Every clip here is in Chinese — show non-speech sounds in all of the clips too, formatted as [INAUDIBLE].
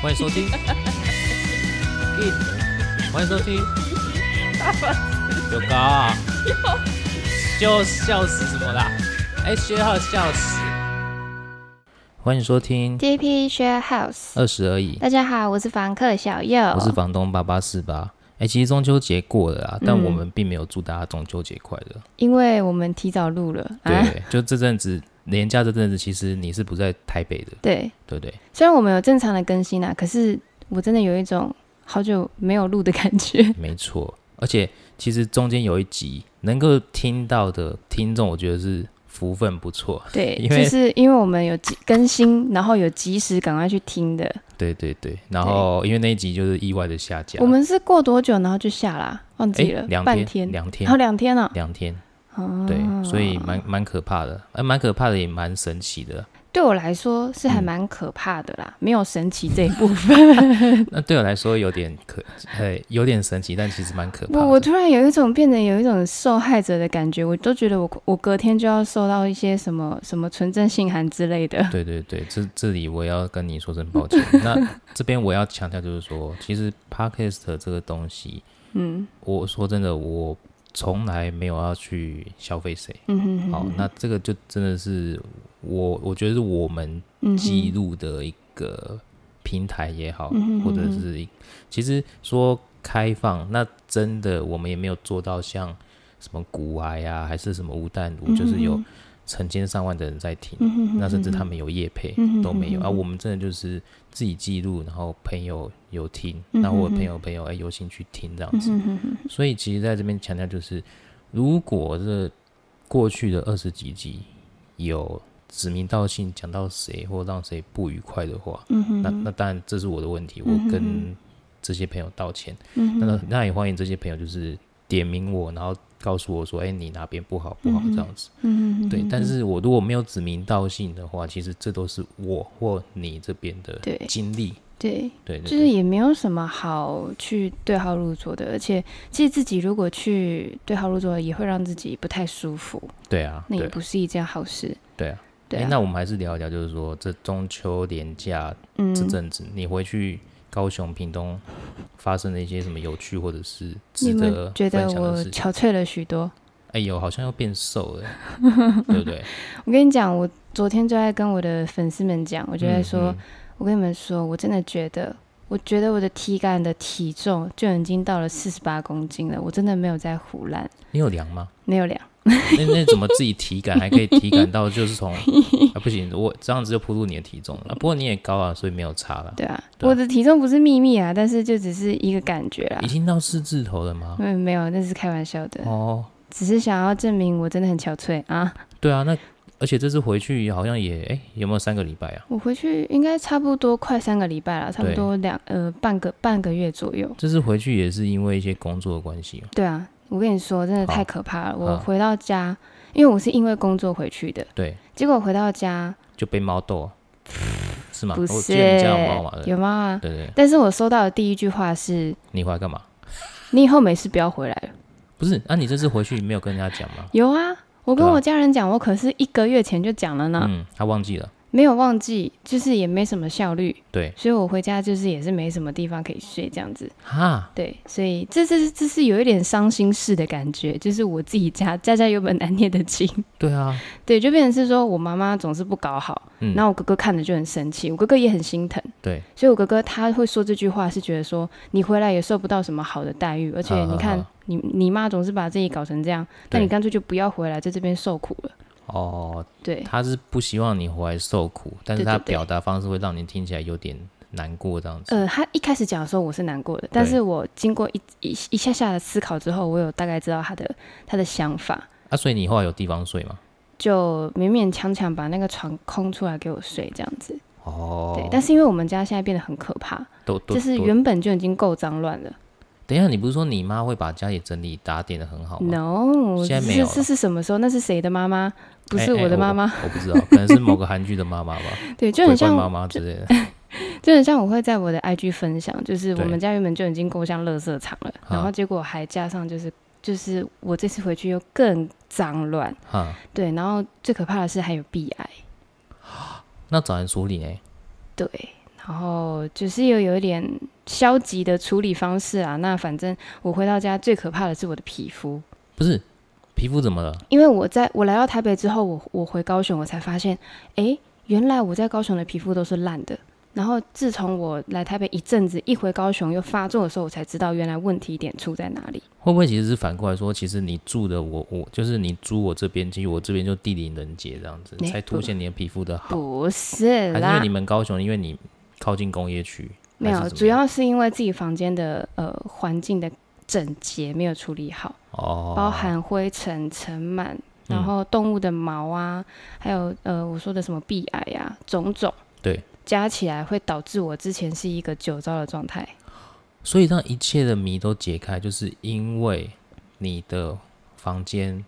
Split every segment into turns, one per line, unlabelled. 欢迎收听。欢迎收 [LAUGHS] 听。有高啊！就笑死什么啦？哎，薛浩笑死。欢迎收听
DP Share House。
二十而已，
大家好，我是房客小右，
嗯我是房东八八四八。哎，其实中秋节过了啊啦，但
嗯
我们并没有祝大家中秋节快乐。
因为我们提早录了啊，
对，就这阵子年假这阵子，其实你是不在台北的，
对，
对不对？
虽然我们有正常的更新啊，可是我真的有一种好久没有录的感
[LAUGHS]
觉。
没错，而且其实中间有一集能够听到的听众，我觉得是福分不错。
对，
因为
就是因为我们有及更新，然后有及时赶快去听的。
对对对，然后因为那一集就是意外的下架，
我们是过多久然后就下啦？忘
哎
记了，
啊两
半
天
天，
两
然后
天
两天啊了、
两天，
哦，
对，所以蛮蛮可怕的，哎，蛮可怕的，也蛮神奇的。
对我来说是还
嗯
蛮可怕的啦，没有神奇这一部分。
那对我来说有点可，哎，有点神奇，但其实蛮可怕
我我
的。
突然有一种变得有一种受害者的感觉，我都觉得我我隔天就要受到一些什么什么纯正信函之
[LAUGHS]
类的。
对对对，这这里我要跟你说声抱歉。那这边我要强调就是说，其实 podcast 这个东西，
嗯
我说真的，我从来没有要去消费谁。
嗯哼哼，
好，那这个就真的是我，我觉得是我们
嗯哼
记录的一个平台也好，
嗯哼
或者是一其实说开放，那真的我们也没有做到像什么古癌啊，还是什么无弹炉，就是有成千上万的人在听，
嗯哼哼
那甚至他们有业配
嗯哼
都没有
嗯哼
啊。我们真的就是自己记录，然后朋友有听，那我朋友朋友哎有兴趣听这样子，
嗯哼哼
所以其实在这边强调就是，如果这过去的二十几集有指名道姓讲到谁或让谁不愉快的话，
嗯哼
那那当然这是我的问题，
嗯
我
哼
跟这些朋友道歉。
嗯哼
那那也欢迎这些朋友就是点名我，然后告诉我说，哎、你哪边不好不好这样子。
嗯哼哼
对，但是我如果没有指名道姓的话，其实这都是我或你这边的
对
经历。
对，
对对
就是
对，
也没有什么好去对号入座的，而且其实自己如果去对号入座，也会让自己不太舒服，
对啊，
那也
对
不是一件好事。
对啊。
对
哎
啊，
那我们还是聊一聊，就是说这中秋连假
嗯
这阵子，你回去高雄、屏东发生了一些什么有趣或者是
你
值得
们觉得
分享
我
的事情？
憔悴了许多？
哎呦，好像要变瘦
[LAUGHS]
了，对不对？
我跟你讲，我昨天就在跟我的粉丝们讲，我
我
就在说，
嗯
我跟你们说，我真的觉得，我觉得我的体感的体重就已经到了四十八公斤了，我真的没有在胡乱，
你有量吗？
没有量。
那那怎么自己体感还可以体感到，就是
[LAUGHS]
从啊不行，我这样子就暴露你的体重了。啊不过你也高啊，所以没有差了，
对啊，
对啊
我的体重不是秘密啊，但是就只是一个感觉啦
已。经到四字头了吗？
嗯，没有，那是开玩笑的，
哦，
只是想要证明我真的很憔悴啊。
对啊，那而且这次回去好像也哎，有没有三个礼拜啊？
我回去应该差不多快三个礼拜了，差不
对
多两呃半个半个月左右。
这次回去也是因为一些工作的关系哦。
对啊，我跟你说，真的
好
太可怕了。我
好
回到家，因为我是因为工作回去的，
对，
结果回到家
就被猫逗啊，是吗？哦
不
我
是
记得你家有猫嘛？对
有猫啊，
对对，
但是我收到的第一句话是
你回来干嘛？：“
你以后没事不要回来了。
不是，啊那、你这次回去没有跟人家讲吗”？
有啊，我跟
对啊
我家人讲，我可是一个月前就讲了呢，
嗯，他忘记了。
没有忘记，就是也没什么效率，
对，
所以我回家就是也是没什么地方可以睡这样子。
哈，
对，所以这这是这是有一点伤心事的感觉，就是我自己家家家有本难念的经，
对啊，
对，就变成是说我妈妈总是不搞好，
嗯，
然后我哥哥看着就很生气，我哥哥也很心疼。
对，
所以我哥哥他会说这句话，是觉得说你回来也受不到什么好的待遇，而且你看
啊啊
你你妈总是把自己搞成这样，那
对
你干脆就不要回来，在这边受苦了。
哦，
对
他是不希望你回来受苦，但是
对对
他
对
表达方式会让你听起来有点难过这样子。
呃，他一开始讲的时候我是难过的，但是我经过一一一下下的思考之后，我有大概知道他的他的想法，
啊，所以你后来有地方睡吗？
就勉勉强强把那个床空出来给我睡这样子。
哦，
对，但是因为我们家现在变得很可怕，
都都
就是
都
原本就已经够脏乱了。
等一下，你不是说你妈会把家里整理打点的很好吗？
No，
哦现
这
在没有了
是这是什么时候？那是谁的妈妈？不
哎
是
哎
我的妈妈。
我我不知道，可能是某个韩剧的妈妈吧，
[LAUGHS] 对，就
鬼
很
怪
像
妈妈之类的。
就很像我会在我的 IG 分享，就是我
对
们家原本就已经够像垃圾场了，
啊
然后结果还加上就是就是我这次回去又更脏乱，
哈，
对，然后最可怕的是还有鼻癌，
那找人处理哎，
对，然然后只是有有一点消极的处理方式啊。那反正我回到家最可怕的是我的皮肤，
不是皮肤怎么了？
因为我在我来到台北之后，我我回高雄，我才发现，诶，原来我在高雄的皮肤都是烂的。然后自从我来台北一阵子，一回高雄又发作的时候，我才知道原来问题点出在哪里。
会不会其实是反过来说，其实你住的我我就是你租我这边，其实我这边就地灵人杰这样子，
哎
才凸显你的皮肤的好？
不是
还是因为
啦
你，们高雄，因为你靠近工业区，
没
还
有，
是怎
主
么样
要是因为自己房间的呃环境的整洁没有处理好，
哦，
包含灰尘、尘螨，然
嗯
后动物的毛啊，还有呃我说的什么壁癌啊，种种，
对，
加起来会导致我之前是一个酒糟的状态。
所以让一切的谜都解开，就是因为你的房间，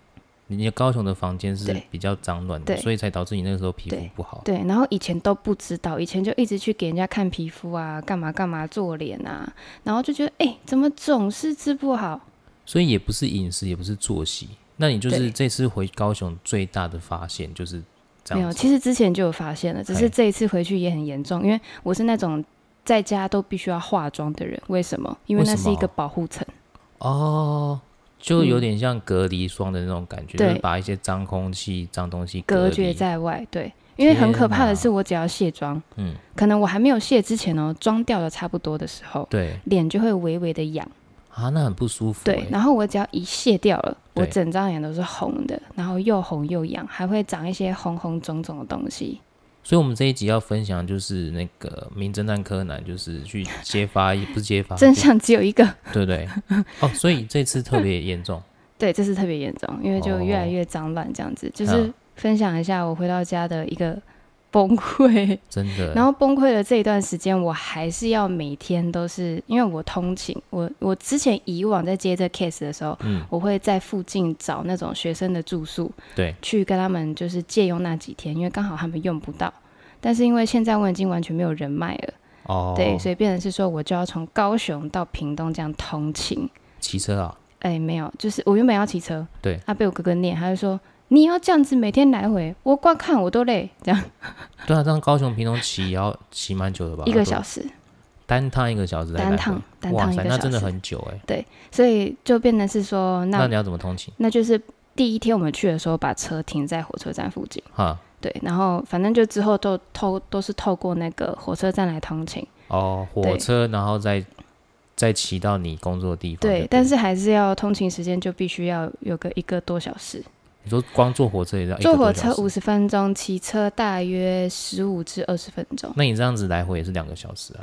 你的高雄的房间是
对
比较脏乱的，
对
所以才导致你那个时候皮肤
对
不好。
对，然后以前都不知道，以前就一直去给人家看皮肤啊，干嘛干嘛做脸啊，然后就觉得哎、怎么总是治不好？
所以也不是饮食，也不是作息。那你就是
对
这次回高雄最大的发现就是这
没
样
有，
子。
其实之前就有发现了，只
嘿
是这一次回去也很严重，因为我是那种在家都必须要化妆的人，为什么？因为
为
那
什
是一个
么
保护层。
哦，就有点像隔离霜的那种感觉，
嗯对
就是把一些脏空气、脏东西
隔
离
绝。在外，对，因为很可怕的
天
是，我只要卸妆，
嗯，
可能我还没有卸之前哦，妆掉的差不多的时候，
对
脸就会微微的痒，
啊，那很不舒服、欸。
对，然后我只要一卸掉了，我
对
整张脸都是红的，然后又红又痒，还会长一些红红肿肿的东西，
所以，我们这一集要分享就是那个《名侦探柯南》，就是去揭发，不是揭发，
真
就
相只有一个， [LAUGHS]
对不对？哦，所以这次特别严重。
对，这次特别严重，因为就越来越脏乱这样子，就是
嗯
分享一下我回到家的一个崩
[LAUGHS]
溃。
真的。
然后崩溃的这一段时间，我还是要每天都是，因为我通勤，我我之前以往在接这 case 的时候，
嗯，
我会在附近找那种学生的住宿，
对，
去跟他们就是借用那几天，因为刚好他们用不到。但是因为现在我已经完全没有人脉了，
哦，
对，所以变成是说我就要从高雄到屏东这样通勤。
骑车啊，
哎，没有，就是我原本要骑车，
对，
啊，被我哥哥念，他就说你要这样子每天来回，我光看我都累，这样
对啊，这样高雄平东骑也要骑蛮久的吧？啊
一个小时
单趟一个小时，
单趟，单
哇
趟一
塞，
个
那
小
真的
时，
很久哎。
所以就变成是说，
那
那
你要怎么通勤？
那就是第一天我们去的时候，把车停在火车站附近。
哈，
对，然后反正就之后都透都是透过那个火车站来通勤，
哦，火
对
车，然后再再骑到你工作的地方。
对，
不
但是还是要通勤时间就必须要有个一个多小时，
你说光坐火车也要啊一个
坐
多
火
小
车
时
五，十分钟，骑车大约十五至二十分钟，
那你这样子来回也是两个小时啊，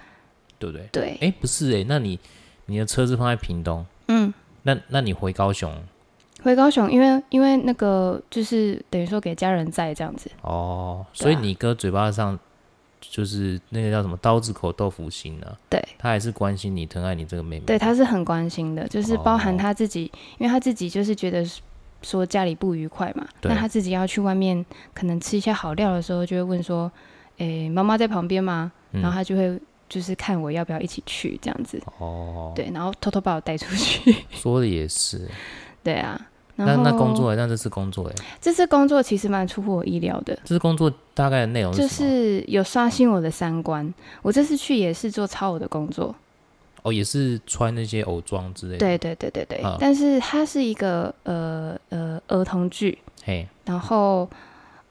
对不对？
对，
哎，不是哎，那你你的车是放在屏东，
嗯，
那那你回高雄
回高雄，因为因为那个就是等于说给家人在这样子，
哦，
对
所以
啊
你哥嘴巴上就是那个叫什么刀子口豆腐心呢、啊？
对，
他还是关心你、疼爱你这个妹妹。
对，他是很关心的，就是包含
哦
他自己，因为他自己就是觉得说家里不愉快嘛，
对
那他自己要去外面可能吃一些好料的时候，就会问说，诶，妈妈在旁边吗？
嗯
然后他就会就是看我要不要一起去这样子，
哦，
对，然后偷偷把我带出去， [LAUGHS]
说的也是。
对啊。然
那
后
那工，作欸，那这次工作哎，
这次工作其实蛮出乎我意料的，
这次工作大概的内容
就是
什么？
是有刷新我的三观。我这次去也是做超我的工作，
哦，也是穿那些偶装之类的。，
对对对对对，
啊
但是它是一个呃呃儿童剧，
嘿，
然后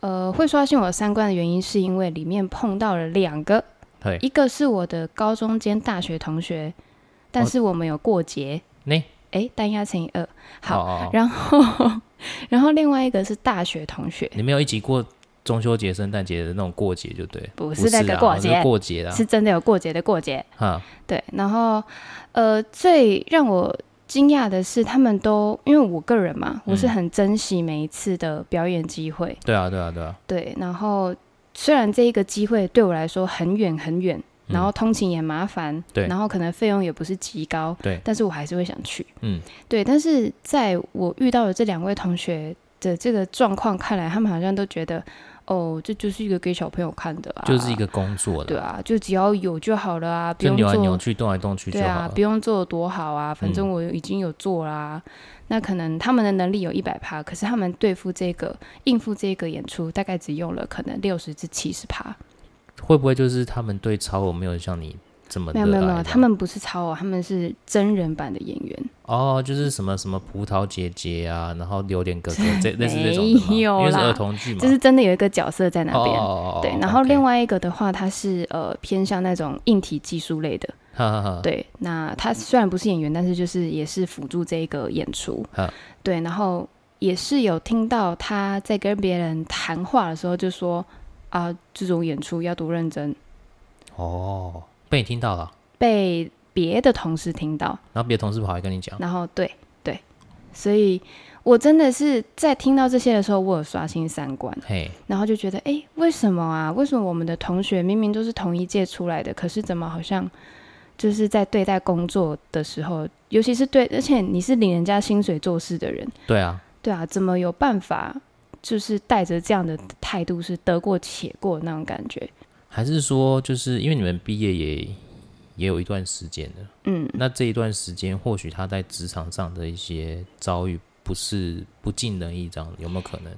呃会刷新我的三观的原因是因为里面碰到了两个，
对，
一个是我的高中兼大学同学，但
哦
是我们有过节，
那
诶，单压乘以二，好，
好，
然后 [LAUGHS] 然后另外一个是大学同学，
你们有一起过中秋节、圣诞节的那种过节，就对。
不
不
是那个
啊
过
是
节，
过节啦。
是真的有过节的过节。
哈，
对，然后呃，最让我惊讶的是，他们都因为我个人嘛，我是
嗯
很珍惜每一次的表演机会。
对啊，对啊，对啊，
对，然后虽然这一个机会对我来说很远很远，然后通勤也麻烦，
嗯对
然后可能费用也不是极高，
对
但是我还是会想去，
嗯，
对。但是在我遇到的这两位同学的这个状况看来，他们好像都觉得，哦，这就是一个给小朋友看的啊，
就是一个工作
对
的，
啊，就只要有就好了啊，不
就
用
扭来
做
扭去、动来动去就好
对啊，
了嗯
不。用做得多好啊，反正我已经有做啦、那可能他们的能力有一百趴，可是他们对付这个应付这个演出，大概只用了可能六十至七十趴。
会不会就是他们对超偶没有像你这么
没有没有
热
没
爱
有，
呢
他们不是超偶，他们是真人版的演员。
哦，就是什么什么葡萄姐姐啊，然后榴莲哥哥
[LAUGHS]
这类似这种的吗
没有
因为是
啦
儿童剧嘛，
就是真的有一个角色在那边。
哦
对，然后另，
哦
外一个的话，他是呃偏向那种硬体技术类的。
哦哦 OK 哈哈哈，
对，那他虽然不是演员，但是就是也是辅助这一个演出
哈。
对，然后也是有听到他在跟别人谈话的时候就说啊、这种演出要多认真，
哦，被你听到了，
被别的同事听到。
然后别的同事跑来跟你讲，
然后对对，所以我真的是在听到这些的时候，我有刷新三观。
嘿，
然后就觉得，哎，为什么啊？为什么我们的同学明明都是同一届出来的，可是怎么好像就是在对待工作的时候，尤其是对，而且你是领人家薪水做事的人，
对啊，
对啊，怎么有办法就是带着这样的态度，是得过且过那种感觉？
还是说就是因为你们毕业也也有一段时间了，
嗯，
那这一段时间或许他在职场上的一些遭遇不是不尽人意，这样有没有可能？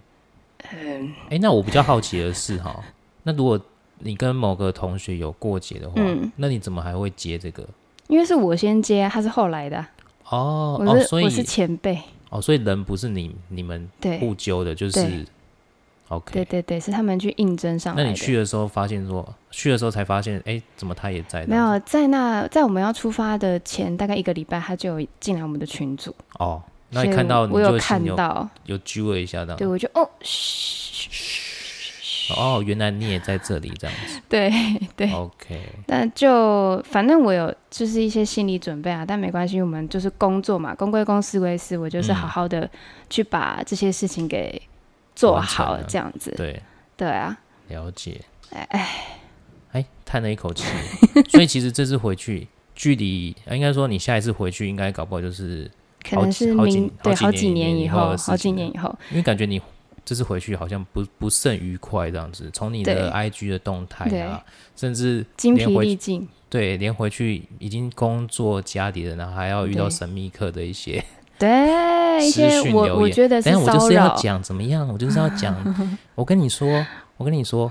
嗯
哎、那我比较好奇的是哈，那如果你跟某个同学有过节的话，
嗯
那你怎么还会接这个？
因为是我先接啊，他是后来的啊、
哦
我
哦，
是、
所
我是
以
前辈，
哦，所以人不是你你们
对
互揪的，就是
对
OK。
对对对，是他们去应征上来
那
的。
你去的时候发现说，去的时候才发现，哎、怎么他也在？
没有在那在我们要出发的前大概一个礼拜，他就有进来我们的群组。
哦，那
所
你
以
看到你
我有
就
看
心有嗯
到，
有揪了一下这
对
样。
我就哦，嘘，嘘
哦，原来你也在这里这样子。
对 [LAUGHS] 对，
OK，
那就反正我有就是一些心理准备啊，但没关系，我们就是工作嘛，公归公，私归私，我就是
嗯
好好的去把这些事情给做
完成
好
了，
这样子，
对，
对啊，
了解。
哎，
哎，叹了一口气。 [LAUGHS] 所以其实这次回去，距离呃应该说你下一次回去，应该搞不好就是
可
好
能
几
是
好几
明对
好
好
几
几
年
年
以
以
后的
后，
事
好几
情
年以后，
因为感觉你这次回去好像不不甚愉快这样子。从你的
对
IG 的动态啊，甚至
精疲
连回
力尽，
对连回去已经工作家里人，然后还要遇到
对
神秘客的一些。
对一
私
些
讯
我
留
我
言
觉得
但我就
骚
是要
扰，
讲怎么样，我就是要讲。
[LAUGHS]
我跟你说，我跟你说，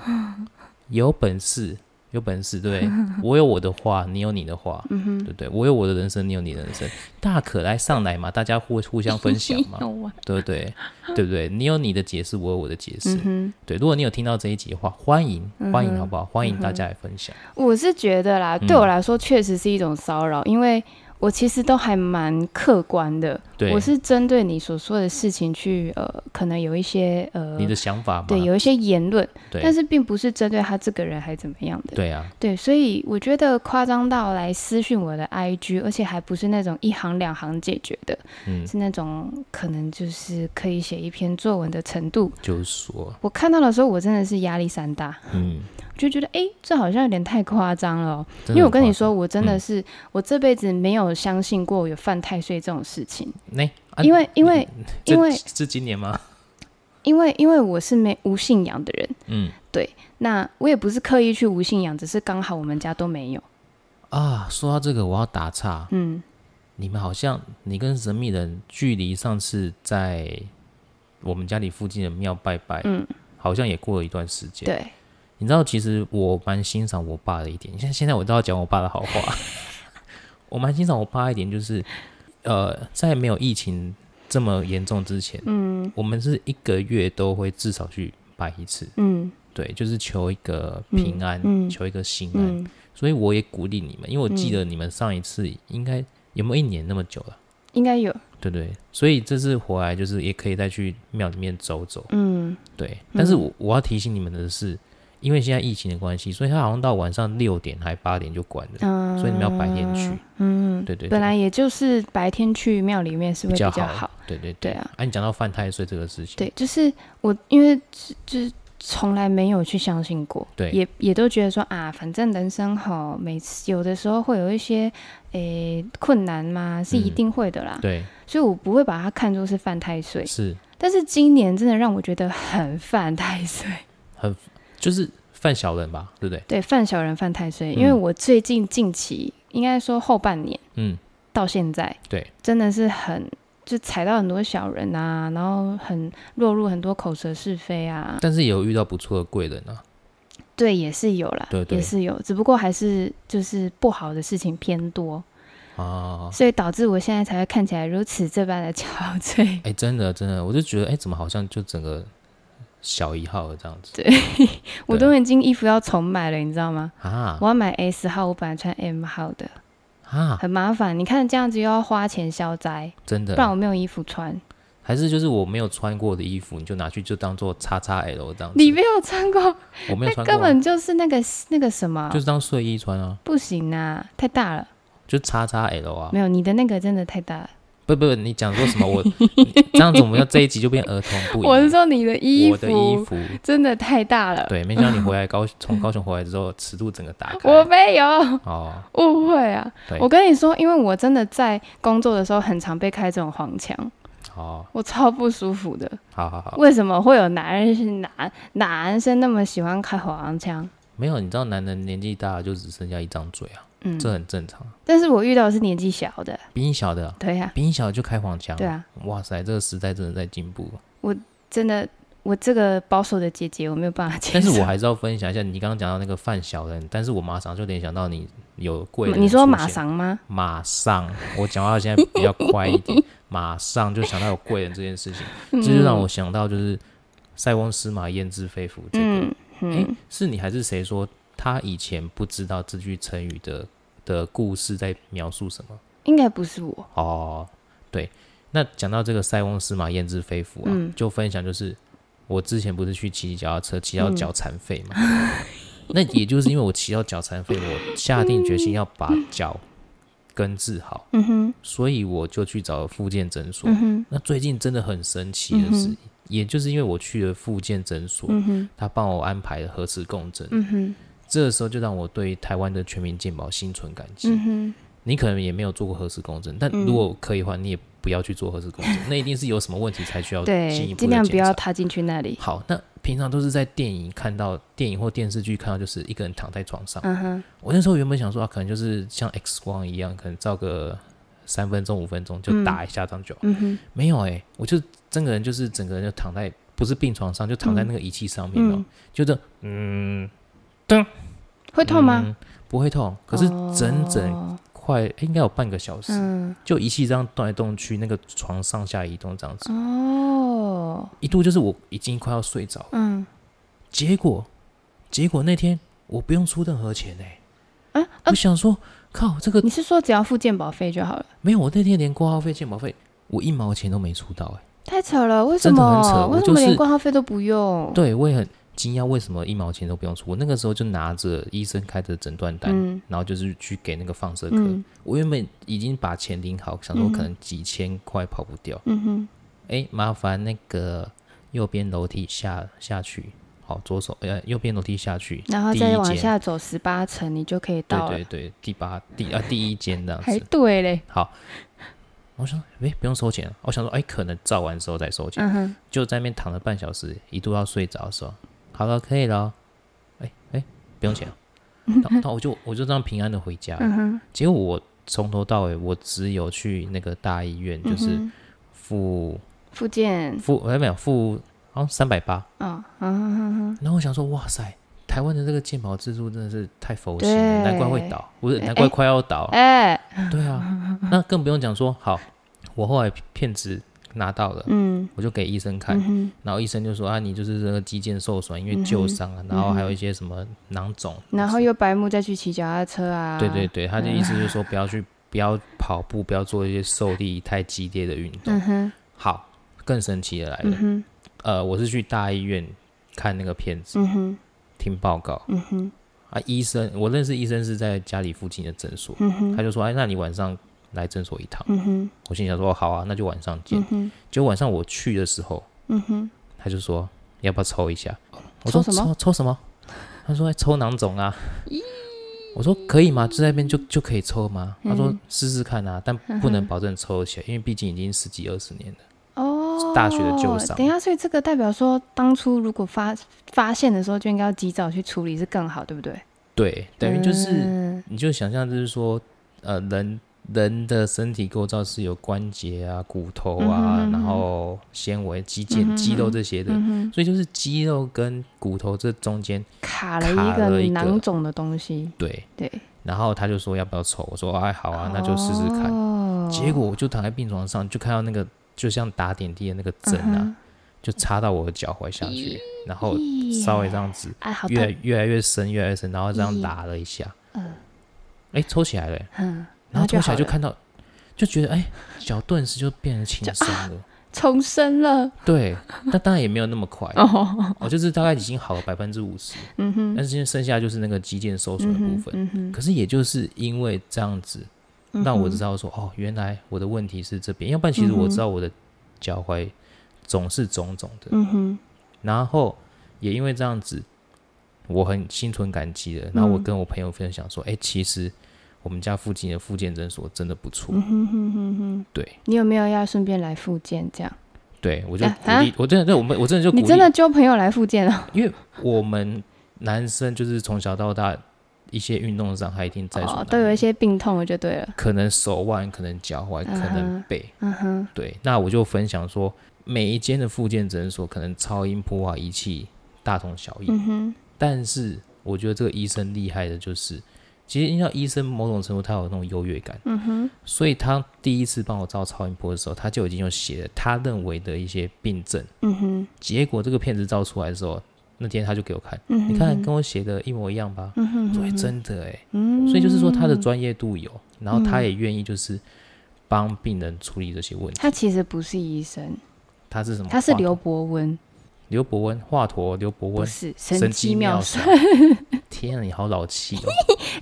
有本事，有本事，对不对我有我的话，你有你的话，
嗯
对不对？我有我的人生，你有你的人生，大可来上来嘛，大家互互相分享
[LAUGHS]
嘛，
嘛，
对不对？对不对？你有你的解释，我有我的解释
嗯，哼。
对。如果你有听到这一集的话，欢迎，欢迎，
嗯哼
好不好？欢迎大家来分享。
我是觉得啦，
嗯
对我来说确实是一种骚扰，因为我其实都还蛮客观的，
对
我，是针对你所说的事情去呃，可能有一些呃
你，的想法嘛，
对，有一些言论，但
对，
是并不是针对他这个人还怎么样的，
对啊，
对所以我觉得夸张到来私讯我的 IG，而且还不是那种一行两行解决的，
嗯，
是那种可能就是可以写一篇作文的程度。
就是说，
我看到的时候，我真的是压力山大，
嗯，
就觉得诶，这好像有点太夸张了哦、
真的
因为我
很
跟
夸张
你说，我真
嗯
的是、我这辈子没有相信过有犯太岁这种事情，
那、啊
因为因为
这
因为
是今年吗？
因为因为我是没无信仰的人，
嗯
那我也不是刻意去无信仰，只是刚好我们家都没有。
啊，说到这个，我要打岔，
嗯，
你们好像你跟神秘人距离上次在我们家里附近的庙拜拜，
嗯，
好像也过了一段时间。
对，
你知道，其实我蛮欣赏我爸的一点，像现在我都要讲我爸的好话， [LAUGHS] 我蛮欣赏我爸的一点就是，呃，在没有疫情这么严重之前，
嗯
我们是一个月都会至少去拜一次，
嗯
对，就是求一个平
嗯
安，
嗯
求一个心安。
嗯，
所以我也鼓励你们，因为我记得你们上一次应该有没有一年那么久了，
应该有，
对不对？所以这次回来就是也可以再去庙里面走走，
嗯
对。但是我我要提醒你们的是，因为现在疫情的关系，所以它好像到晚上六点还八点就关了，
嗯、
所以你们要白天去，
嗯，
对对对
本来也就是白天去庙里面是
比
会比
较
较
好，
好，
对对对。
对啊，
啊，你讲到犯太岁这个事情，
对，就是我因为就就是从来没有去相信过，
对
也也都觉得说啊，反正人生吼，每次有的时候会有一些诶、困难嘛，是一
嗯
定会的啦，
对
所以我不会把它看作是犯太岁。
是
但是今年真的让我觉得很犯太岁，
就是犯小人吧，对不对？
对，犯小人犯太岁，因为
嗯
我最近近期应该说后半年
嗯，
到现在，
对，
真的是很。就踩到很多小人啊，然后很落入很多口舌是非啊。
但是也有遇到不错的贵人啊，
对，也是有啦，
对对
也是有，只不过还是就是不好的事情偏
哦
多，
啊。
所以导致我现在才会看起来如此这般的憔
[LAUGHS]
悴。
哎，真的真的，我就觉得哎，怎么好像就整个小一号了这样子
我都已经衣服要重买了，你知道吗？
啊
我要买 S 号，我本来穿 M 号的，
啊，
很麻烦。你看这样子又要花钱消灾，
真的
不。然我没有衣服穿。
还是就是我没有穿过的衣服，你就拿去就当做叉叉 L 这样子。
你没有穿过，
我没有
那
穿过啊、
根本就是那个那个什么，
就是当睡衣穿啊，
不行啊，太大了。
就叉叉 L 啊。
没有，你的那个真的太大了。
不不，你讲说什么？我这样子，我们要这一集就变儿童不宜。
我是说你的衣
我的衣
服
服，
真的太大了。
对，没想到你回来高从高雄回来之后，尺度整个打
我
开。
没有
哦，
误会啊
对！
我跟你说，因为我真的在工作的时候很常被开这种黄腔，
好，
我超不舒服的。
好好好，
为什么会有男人是男男生那么喜欢开黄腔？
没有，你知道男人年纪大了就只剩下一张嘴啊，
嗯，
这很正常。
但是我遇到的是年纪小的，
比你小的啊，
对呀、
比你小的就开黄腔。
对啊，
哇塞，这个时代真的在进步。
真的，我这个保守的姐姐我没有办法接
但是
受。
我还是要分享一下，你刚刚讲到那个犯小人，但是我马上就联想到你有贵人
[LAUGHS] 你说
出
马
现
上吗？
马上，我讲话现在比较快一点， [LAUGHS] 马上就想到有贵人这件事情，
嗯
这就让我想到就是塞翁失马焉知非福这个，
嗯
诶
嗯，
是你还是谁说他以前不知道这句成语的的故事在描述什么？
应该不是我。
哦，对，那讲到这个塞翁失马焉知非福啊，
嗯
就分享就是我之前不是去骑脚踏车，骑到
嗯
脚残废
[LAUGHS]
嘛，那也就是因为我骑到脚残废，我下定决心要把脚根治好。
嗯哼，
所以我就去找复健诊所。
嗯哼，
那最近真的很神奇的是，
嗯
也就是因为我去了复健诊所，
嗯哼，
他帮我安排了核磁共振，
嗯哼，
这时候就让我对台湾的全民健保心存感激。
嗯哼，
你可能也没有做过核磁共振，但
嗯
如果可以的话，你也不要去做核磁共振，那一定是有什么问题才需
[LAUGHS]
要进一
对，
步
尽
的
量不
检
要
查。
踏进去那里。
好，那平常都是在电影看到电影或电视剧看到，就是一个人躺在床上。
嗯哼，
我那时候原本想说啊，可能就是像 X 光一样，可能照个三分钟五分钟就
嗯
打一下这样就好
嗯哼，
没有哎、我就整个人就是整个人就躺在不是病床上，就躺在那个仪器上面了、
嗯
就这嗯
会痛吗？
嗯不会痛，可是整整
哦
快、诶应该有半个小时，
嗯
就仪器这样动来动去，那个床上下移动这样子，
哦，
一度就是我已经快要睡着了，
嗯
结果结果那天我不用出任何钱哎、
啊啊
我！想说靠这个
你是说只要付健保费就好了？
没有，我那天连挂号费、健保费我一毛钱都没出到哎、
太扯了，为什
真的
么？
很扯我
为什
就
么连
是
挂号费都不用？
对，我也很惊讶，为什么一毛钱都不用出？我那个时候就拿着医生开的诊断单，
嗯
然后就是去给那个放射科。
嗯
我原本已经把钱领好，想说
嗯哼
可能几千块跑不掉。
嗯哼，
哎、麻烦那个右边楼梯下下去，好，左手呃右边楼梯下去，
然后
第
再
一
往
间
下走十八层，你就可以
对
到了
对。对，第八第啊第一间这样
还
子。
对嘞，
好，我想说，哎、不用收钱了。我想说，哎、可能照完之后再收钱。
嗯哼，
就在那边躺了半小时，一度要睡着的时候，好了，可以了哦，哎哎，不用钱了，那那我就我就这样平安的回家了。
嗯哼，
结果我从头到尾，我只有去那个大医院，就是
嗯哼哦
付
附件
付，哎没有付，好像三百八。
哦，嗯哼哼哼，
然后我想说，哇塞，台湾的这个健保制度真的是太佛心了，
对
难怪会倒，不是
哎
难怪快要倒。
哎，
对
[LAUGHS]
啊，那更不用讲说，好，我后来片子拿到了，
嗯，
我就给医生看
嗯。哼，
然后医生就说啊，你就是这个肌腱受损，因为旧伤啊，然后还有一些什么囊肿，
嗯然后又白目再去骑脚踏车啊，
对对，对，他的意思就是说不要去，不要跑步，不要做一些受力太激烈的运动。
嗯哼，
好，更神奇的来
嗯
了，
哼，
呃，我是去大医院看那个片子，
嗯哼，
听报告
嗯哼，
啊，医生，我认识医生是在家里附近的诊所，
嗯哼，
他就说，哎，那你晚上来诊所一趟。
嗯哼，
我心想说，哦好啊，那就晚上见
嗯。哼，
结果晚上我去的时候，
嗯哼，
他就说要不要抽一下？我说
哦抽什么
抽抽什么？他说抽囊肿啊。我说可以吗？就在那边就就可以抽吗？他说
嗯
试试看啊，但不能保证抽得起来，因为毕竟已经十几二十年了。
哦，
大学的旧伤
等一下，所以这个代表说，当初如果发发现的时候就应该要及早去处理是更好，对不对？
对，等于就是、
嗯
你就想象就是说，呃，人人的身体构造是有关节啊、骨头啊，然后纤维、肌腱、肌肉这些的，
嗯
所以就是肌肉跟骨头这中间，
哼，卡了
卡
一
了
个
一个
囊肿的东西，
对。
对，
然后他就说要不要抽，我说哎好啊，那就试试看。
哦、
结果我就躺在病床上，就看到那个就像打点滴的那个针啊，
嗯
就插到我的脚踝下去，然后
咦
稍微这样子，
哎，好
越来
痛，
越来越深，越来越深，然后这样
咦
打了一下，
嗯
哎，抽起来了，
嗯，
然后
就
抽起
好
来就
了
看到，就觉得哎，脚顿时就变得轻松
啊
了。
重生了，
对，但当然也没有那么快，
哦，
哦，就是大概已经好了百分之五十，
嗯哼，
但是现在剩下就是那个肌腱收缩的部分。
嗯哼，
可是也就是因为这样子，
嗯哼
让我知，道说，哦，原来我的问题是这边，要不然其实
嗯
我知道我的脚踝总是肿肿的，
嗯哼，
然后也因为这样子，我很心存感激的。然
嗯
后我跟我朋友分享说，哎、其实我们家附近的复健诊所真的不错，
嗯哼哼哼哼，
对
你有没有要顺便来复健这样？
对，我就
啊
鼓励，我真的，对我们我真的就鼓
你
励，
真的揪朋友来复健哦？
因为我们男生就是从小到大一些运动伤害一定在所难
哦，
免，
都有一些病痛了就对了，
可能手腕，可能脚踝，可能
嗯哼
背。
嗯哼，
对，那我就分享说，每一间的复健诊所可能超音波啊仪器大同小异，
嗯哼，
但是我觉得这个医生厉害的就是，其实你知道医生某种程度他有那种优越感，
嗯哼，
所以他第一次帮我照超音波的时候，他就已经有写了他认为的一些病症，
嗯哼，
结果这个片子照出来的时候，那天他就给我看，
嗯哼，
你看跟我写的一模一样吧，
嗯哼，
我说、哎
嗯
真的哎、
哼，
所以就是说他的
嗯
专业度有，然后他
嗯
也愿意就是帮病人处理这些问题，
他其实不是医生，
哦他是什么？
他是
华佗
刘伯温，
刘伯温，华佗，刘伯
不
温，
是
神
机妙
手。 [LAUGHS] 天啊，你好老气
[LAUGHS]
哦！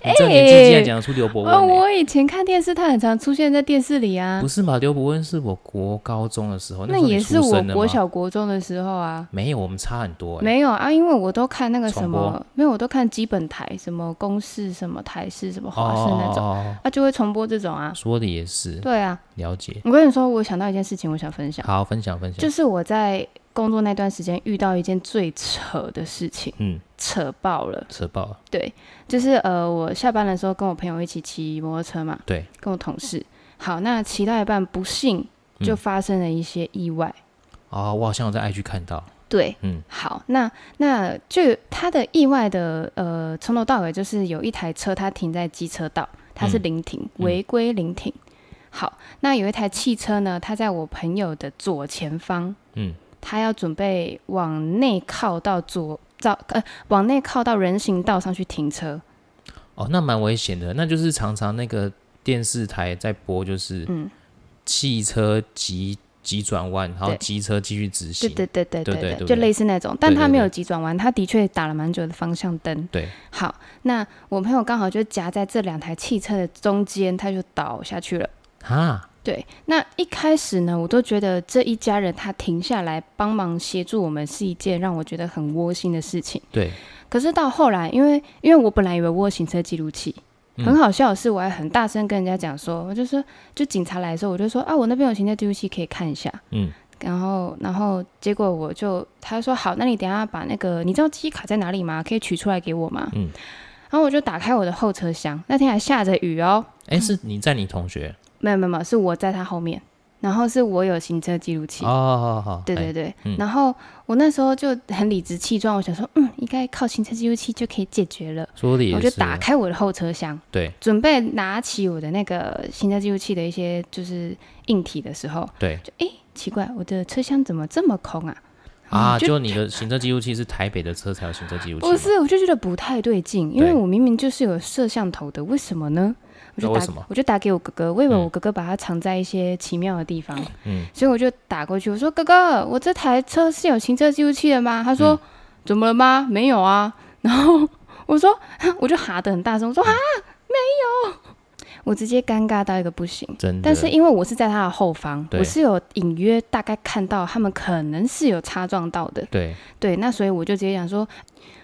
你这年纪竟然讲得出刘伯
哦，
温呢、
我以前看电视，他很常出现在电视里啊
不。是嘛？刘伯温是我国高中的时候，
那
时候你
也是
出
我
生了
国
吗
小国中的时候啊，
没有，我们差很多、欸。
没有啊，因为我都看那个什
重
么，没有，我都看基本台，什么公式、什么台式、什么
哦
华视那
哦
种，
哦
啊，就会重播这种啊
哦，。说的也是，
对啊，
了解。
我跟你说，我想到一件事情，我想分享，
好，分享分享
就。是我在工作那段时间遇到一件最扯的事情，
嗯，
扯爆了。
扯爆了。
对，就是呃，我下班的时候跟我朋友一起骑摩托车嘛，
对，
跟我同事。好，那骑到一半，不幸就
嗯
发生了一些意外。
哦，我好像有在 IG 看到。
对，
嗯
好，那那就他的意外的呃，从头到尾就是有一台车，它停在机车道，它是
嗯
临停，
嗯
违规临停。好，那有一台汽车呢，它在我朋友的左前方，
嗯，
他要准备往内靠到左到呃往内靠到人行道上去停车，
哦，那蛮危险的。那就是常常那个电视台在播，就是
嗯
汽车急急转弯，然后
对
机车继续直
对
行。
对对
对
对
对
对
对不
就
对
类似那种，但
对
他
对
没
对
有急转弯，他的确打了蛮久的方向灯。
对
好，那我朋友刚好就夹在这两台汽车的中间，他就倒下去了。
哈，
对，那一开始呢，我都觉得这一家人他停下来帮忙协助我们是一件让我觉得很窝心的事情。
对，
可是到后来，因为因为我本来以为我有行车记录器，
嗯
很好笑的是，我还很大声跟人家讲说，我就说，就警察来的时候，我就说啊，我那边有行车记录器可以看一下。
嗯
然后，然后结果我就他说好，那你等一下把那个你知道记忆卡在哪里吗？可以取出来给我吗？
嗯。
然后我就打开我的后车厢，那天还下着雨哦，
哎、是你在你同学
没有没有没有，是我在他后面，然后是我有行车记录器。
哦，好好好，
对
哎
对对，
嗯
然后我那时候就很理直气壮，我想说，嗯，应该靠行车记录器就可以解决了。
说的也是，啊
我就打开我的后车厢，
对
准备拿起我的那个行车记录器的一些就是硬体的时候，
对
就诶，奇怪，我的车厢怎么这么空啊？
啊，
嗯就
就你的行车记录器是台北的车才有行车记录器吗，
不哦是，我就觉得不太对劲，因为
对
我明明就是有摄像头的，为什么呢？我
那
就
为
打
什么，
我就打给我哥哥，我以为
嗯
我哥哥把它藏在一些奇妙的地方，
嗯，
[LAUGHS] 所以我就打过去，我说哥哥，我这台车是有行车记录器的吗？他说、
嗯
怎么了吗？没有啊。然后我说， [LAUGHS] 我就喊得很大声，
嗯
我说啊，没有。我直接尴尬到一个不行，
真的，
但是因为我是在他的后方，
对
我是有隐约大概看到他们可能是有擦撞到的，
对
对，那所以我就直接讲说，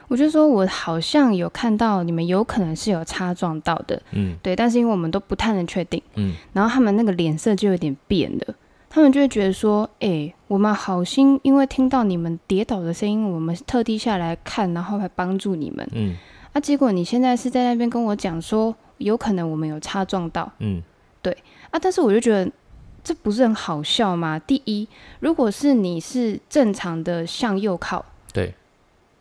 我就说我好像有看到你们有可能是有擦撞到的，
嗯
对，但是因为我们都不太能确定，
嗯，
然后他们那个脸色就有点变了，他们就会觉得说，哎、我们好心，因为听到你们跌倒的声音，我们特地下来看，然后还帮助你们，
嗯
啊，结果你现在是在那边跟我讲说，有可能我们有擦撞到，
嗯
啊，但是我就觉得这不是很好笑吗？第一，如果是你是正常的向右靠，
对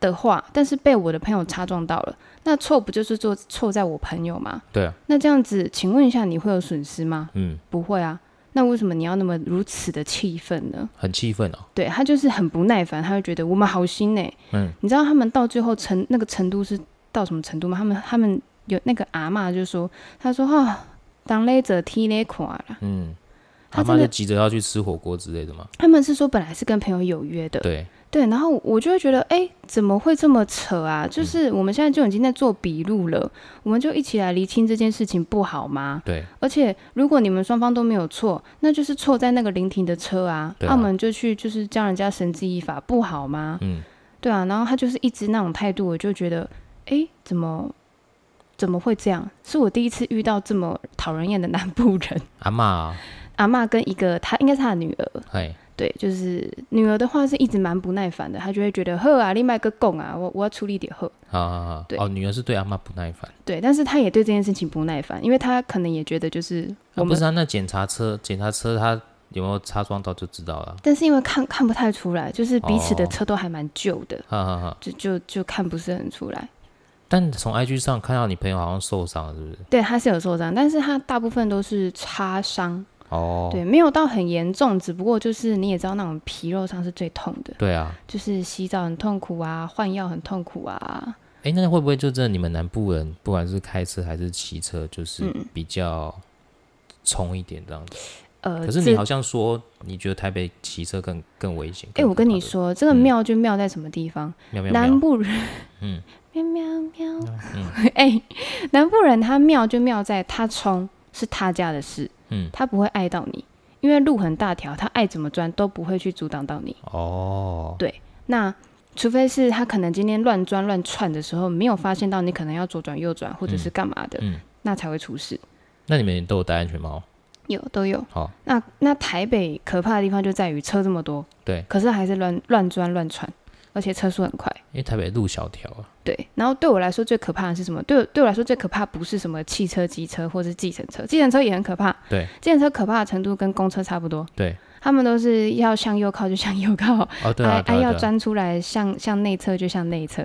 的话，但是被我的朋友擦撞到了，那错不就是做错在我朋友吗？
对啊，
那这样子，请问一下，你会有损失吗？
嗯，
不会啊。那为什么你要那么如此的气愤呢？
很气愤啊，
对他就是很不耐烦，他会觉得我们好心呢、
嗯，
你知道他们到最后程那个程度是到什么程度吗？他们他们有那个阿嬷就说，他说哈、当勒者踢勒垮了。
嗯，
他
他妈
真的
就急着要去吃火锅之类的嘛，
他们是说本来是跟朋友有约的，
对，
对，然后我就会觉得，哎，怎么会这么扯啊？
嗯
就是我们现在就已经在做笔录了，我们就一起来厘清这件事情不好吗？
对，
而且如果你们双方都没有错，那就是错在那个临停的车啊，
对
那
啊
我们就去就是教人家绳之以法，不好吗？
嗯，
对啊，然后他就是一直那种态度，我就觉得，哎，怎么怎么会这样？是我第一次遇到这么讨人厌的南部人。
阿嬷啊，
阿嬷跟一个她应该是她的女儿，
嘿，
对，就是女儿的话是一直蛮不耐烦的，她就会觉得呵啊，另外一个供啊，我我要处理点呵。
好好好，
对
哦，女儿是对阿嬷不耐烦，啊
对，但是她也对这件事情不耐烦，因为她可能也觉得就是
啊
我
不
们，
是啊，那检查车，检查车他有没有擦撞到就知道了，
但是因为看看不太出来，就是彼此的
哦
车都还蛮旧的，
哈哈哈。
就就就看不是很出来。
但从 IG 上看到你朋友好像受伤了，是不是？
对，她是有受伤，但是她大部分都是擦伤，
哦，
对，没有到很严重，只不过就是你也知道那种皮肉伤是最痛的，
对啊，
就是洗澡很痛苦啊，换药很痛苦啊，
哎，那会不会就真的你们南部人，不管是开车还是骑车，就是
嗯
比较冲一点这样子？
呃，
可是
这
你好像说，你觉得台北骑车更更危险？
哎、
更
我跟
可怕
你
对
说，这个
嗯
妙就妙在什么地方？
不对，喵喵
南
喵，
部人，
嗯，
[LAUGHS] 喵喵喵，
嗯
哎、南部人他妙就妙在他冲是他家的事，
嗯，
他不会碍到你，因为路很大条，他爱怎么钻都不会去阻挡到你。
哦，
那除非是他可能今天乱钻乱窜的时候，没有发现到你可能要左转右转或者是干嘛的，
嗯嗯
那才会出事。
那你们都有戴安全帽？
有都有。
好，
那那台北可怕的地方就在于车这么多，
对，
可是还是乱乱钻乱窜，而且车速很快。
因为台北路小条啊，
对，然后对我来说最可怕的是什么？对我对我来说最可怕不是什么汽车、机车或是计程车，计程车也很可怕。
对，
计程车可怕的程度跟公车差不多。
对，
他们都是要向右靠就向右靠，
哦，对啊，
哎
对
哎
啊，
要
对啊。
钻出来向向内侧就向内侧。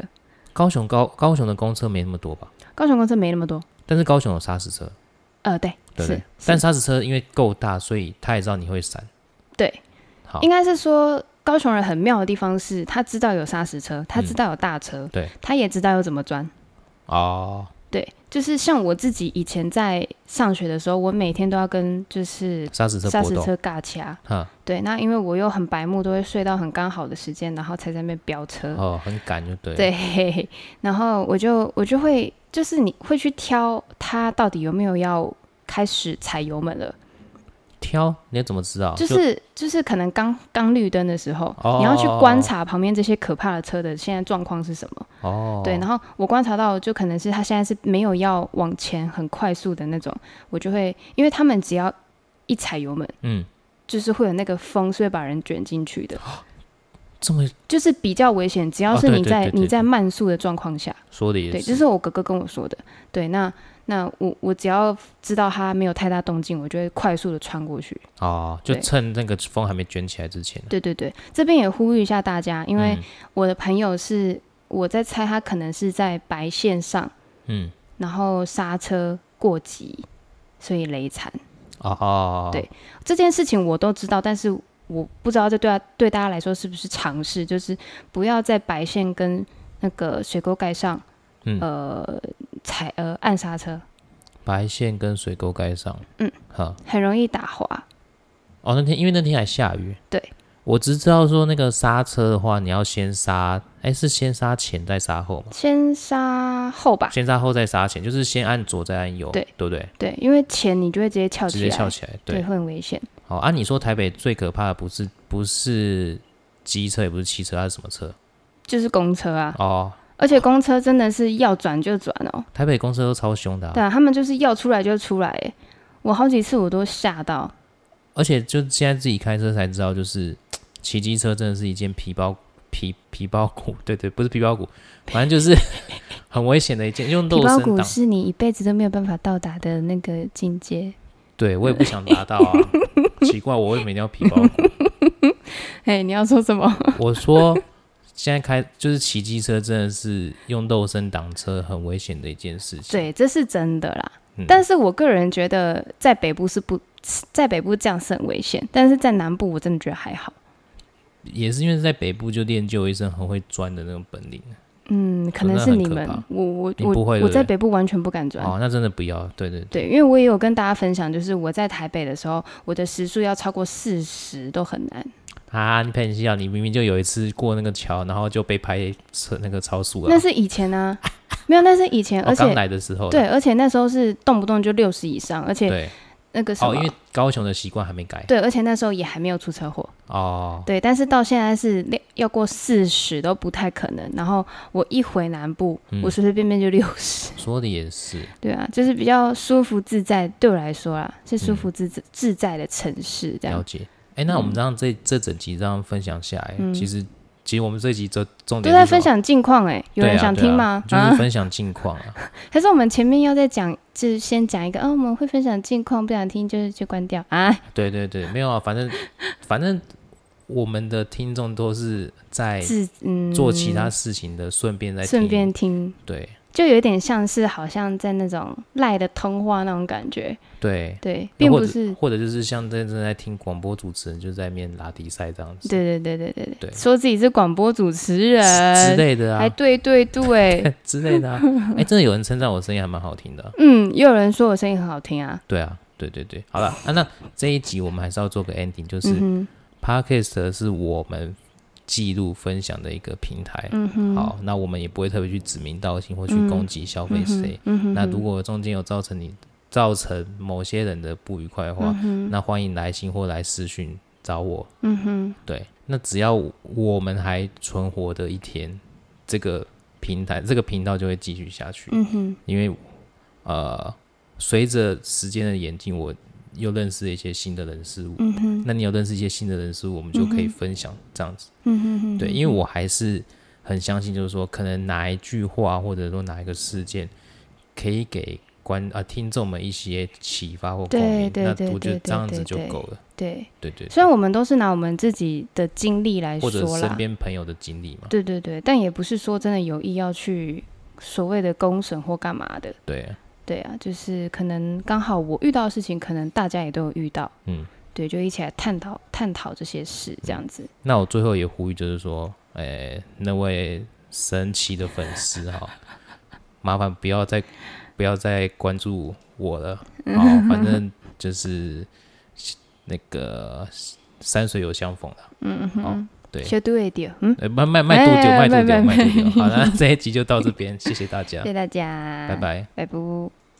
高雄高高雄的公车没那么多吧？
高雄公车没那么多，
但是高雄有砂石车，
呃，对，
对不
是
对，？但
是
砂石车因为够大，所以他也知道你会闪。
对，
好
应，该是说高雄人很妙的地方是，他知道有砂石车，他
嗯
知道有大车，
对，
他也知道要怎么钻。
哦，
对，就是像我自己以前在上学的时候，我每天都要跟就是
砂石车
砂
搏
石
斗，
车尬掐。
哈，
对，那因为我又很白目，都会睡到很刚好的时间，然后才在那边飙车。
哦，很赶就对了。
嗯对，然后我就我就会就是你会去挑它到底有没有要开始踩油门了，
挑你要怎么知道？
就是就是可能刚刚绿灯的时候，
哦
你要去观察旁边这些可怕的车的现在状况是什么。
哦，
对，然后我观察到就可能是它现在是没有要往前很快速的那种，我就会因为他们只要一踩油门，
嗯，
就是会有那个风是会把人卷进去的。
这么
就是比较危险，只要
哦
是
对
你
对
在、
对对
你在
对
慢速的状况下，
说的也
对，
是，
这是我哥哥跟我说的。对，那那我我只要知道他没有太大动静，我就会快速的穿过去。
哦，就
对
趁那个风还没卷起来之前。啊
对对对，这边也呼吁一下大家，因为
嗯
我的朋友是我在猜他可能是在白线上，
嗯，
然后刹车过急，所以雷惨。
哦哦哦，哦
对这件事情我都知道，但是我不知道这对他对大家来说是不是常识，就是不要在白线跟那个水沟盖上，
嗯
呃，踩呃按刹车，
白线跟水沟盖上，
嗯，
好，
很容易打滑。
哦，那天因为那天还下雨，
对，
我只知道说那个刹车的话，你要先刹，哎，是先刹前再刹后嘛？
先刹后吧，
先刹后再刹前，就是先按左再按右，
啊对
对不对？
对，因为前你就会直接翘
直
起
接
来，
翘起来，
对，
对。
会很危险。
好，按、你说台北最可怕的不是不是机车，也不是汽车，它是什么车？
就是公车啊，
哦，
而且公车真的是要转就转哦，
台北公车都超凶的、啊，
对啊，他们就是要出来就出来欸，我好几次我都吓到，
而且就现在自己开车才知道，就是骑机车真的是一件皮包皮皮包骨， [LAUGHS] 对对，不是皮包骨，反正就是 [LAUGHS] 很危险的一件，用
皮
肉
包
身
骨
挡。
是你一辈子都没有办法到达的那个境界。
对我也不想达到
[LAUGHS]
啊，奇怪，我为什么一定要皮包骨？
哎，你要说什么？
我说现在开就是骑机车真的是用肉身挡车很危险的一件事情。
对，这是真的啦。
嗯，
但是我个人觉得，在北部是不，在北部这样是很危险，但是在南部我真的觉得还好。
也是因为在北部就练就一身很会钻的那种本领。
嗯，可
哦
能
那
是
很
你
可
们
怕，
我我
你
我
不会对
我
不
在
对
北部完全不敢钻。
哦，那真的不要，对对对，
对，因为我也有跟大家分享，就是我在台北的时候，我的时速要超过四十都很难。
啊，你喷笑，你明明就有一次过那个桥，然后就被拍车那个超速了。
那是以
[LAUGHS]
前啊，没有，那是以前，
我
而
哦刚
且
来的时候啦，
对，而且那时候是动不动就六十以上，而且
对，
那个什么
哦，因为高雄的习惯还没改
对，而且那时候也还没有出车祸，
哦，
对，但是到现在是六要过四十都不太可能。然后我一回南部，
嗯
我随随便便就六十，
说的也是，
对啊，就是比较舒服自在，对我来说啦，是舒服自在、自在的城市这
嗯了
样。嗯
解。哎，那我们这样这这整集这样分享下来，其实其实我们这集这重
都
点是
在
什
分
么，
享近况哎、有
对
人
啊
想
对啊
听吗？
就是分享近况啊。
还是我们前面要再讲，就是先讲一个，哦，我们会分享近况，不想听就是就关掉啊。
对对对，没有啊，反正反正我们的听众都是在
自嗯，
做其他事情的，顺便在听
顺便听，
对
就有点像是好像在那种赖的通话那种感觉，
对，
对，并
呃或
不
者
是，
或者就是像真正在听广播主持人就在面拉迪赛这样子，
对对对对对
对
说自己是广播主持
之
人，
类的
还
啊
对对
[LAUGHS]
对，
之类
[LAUGHS]
的啊，哎，真的有人称赞我声音还蛮好听的啊，
嗯，也有人说我声音很好听啊，
对啊，对对对，好了啊，那这一集我们还是要做个 ending，就是
嗯哼，
Podcast 是我们记录分享的一个平台。
嗯
哎
哼，
好，那我们也不会特别去指名道姓或去
嗯
攻击消费
嗯
谁
哼。，嗯哼，
哎那如果中间有造成你造成某些人的不愉快的话，那欢迎来信或来私讯找我。
嗯哼，
对，那只要我们还存活的一天，这个平台这个频道就会继续下去。
嗯哼，
因为呃，随着时间的演进，我又认识了一些新的人事物。
嗯哼，
那你有认识一些新的人事物，我们就可以分享这样子。
嗯哼哼，
对，因为我还是很相信，就是说，可能哪一句话或者说哪一个事件，可以给观啊听众们一些启发或共鸣
对。对
那
对
我觉得
对
这样子
对
就
对
够了。
对，
对对，
虽然我们都是拿我们自己的经历来
或者
说
身
啦，
边朋友的经历嘛，
对对对，但也不是说真的有意要去所谓的公审或干嘛的，
对，
对啊，就是可能刚好我遇到的事情，可能大家也都有遇到，
嗯。
对，就一起来探讨探讨这些事，这样子。
那我最后也呼吁，就是说，哎、那位神奇的粉丝哈， [LAUGHS] 麻烦不要再不要再关注我了。
嗯
哦，反正就是那个山水有相逢了。
嗯
好
哼，
对，
小度一点，嗯，
呃卖卖卖多久？卖
哎
多
卖
久？
卖
卖多久？好，那这一集就到这边，谢谢大家
谢，谢大家，
拜，拜。
拜拜。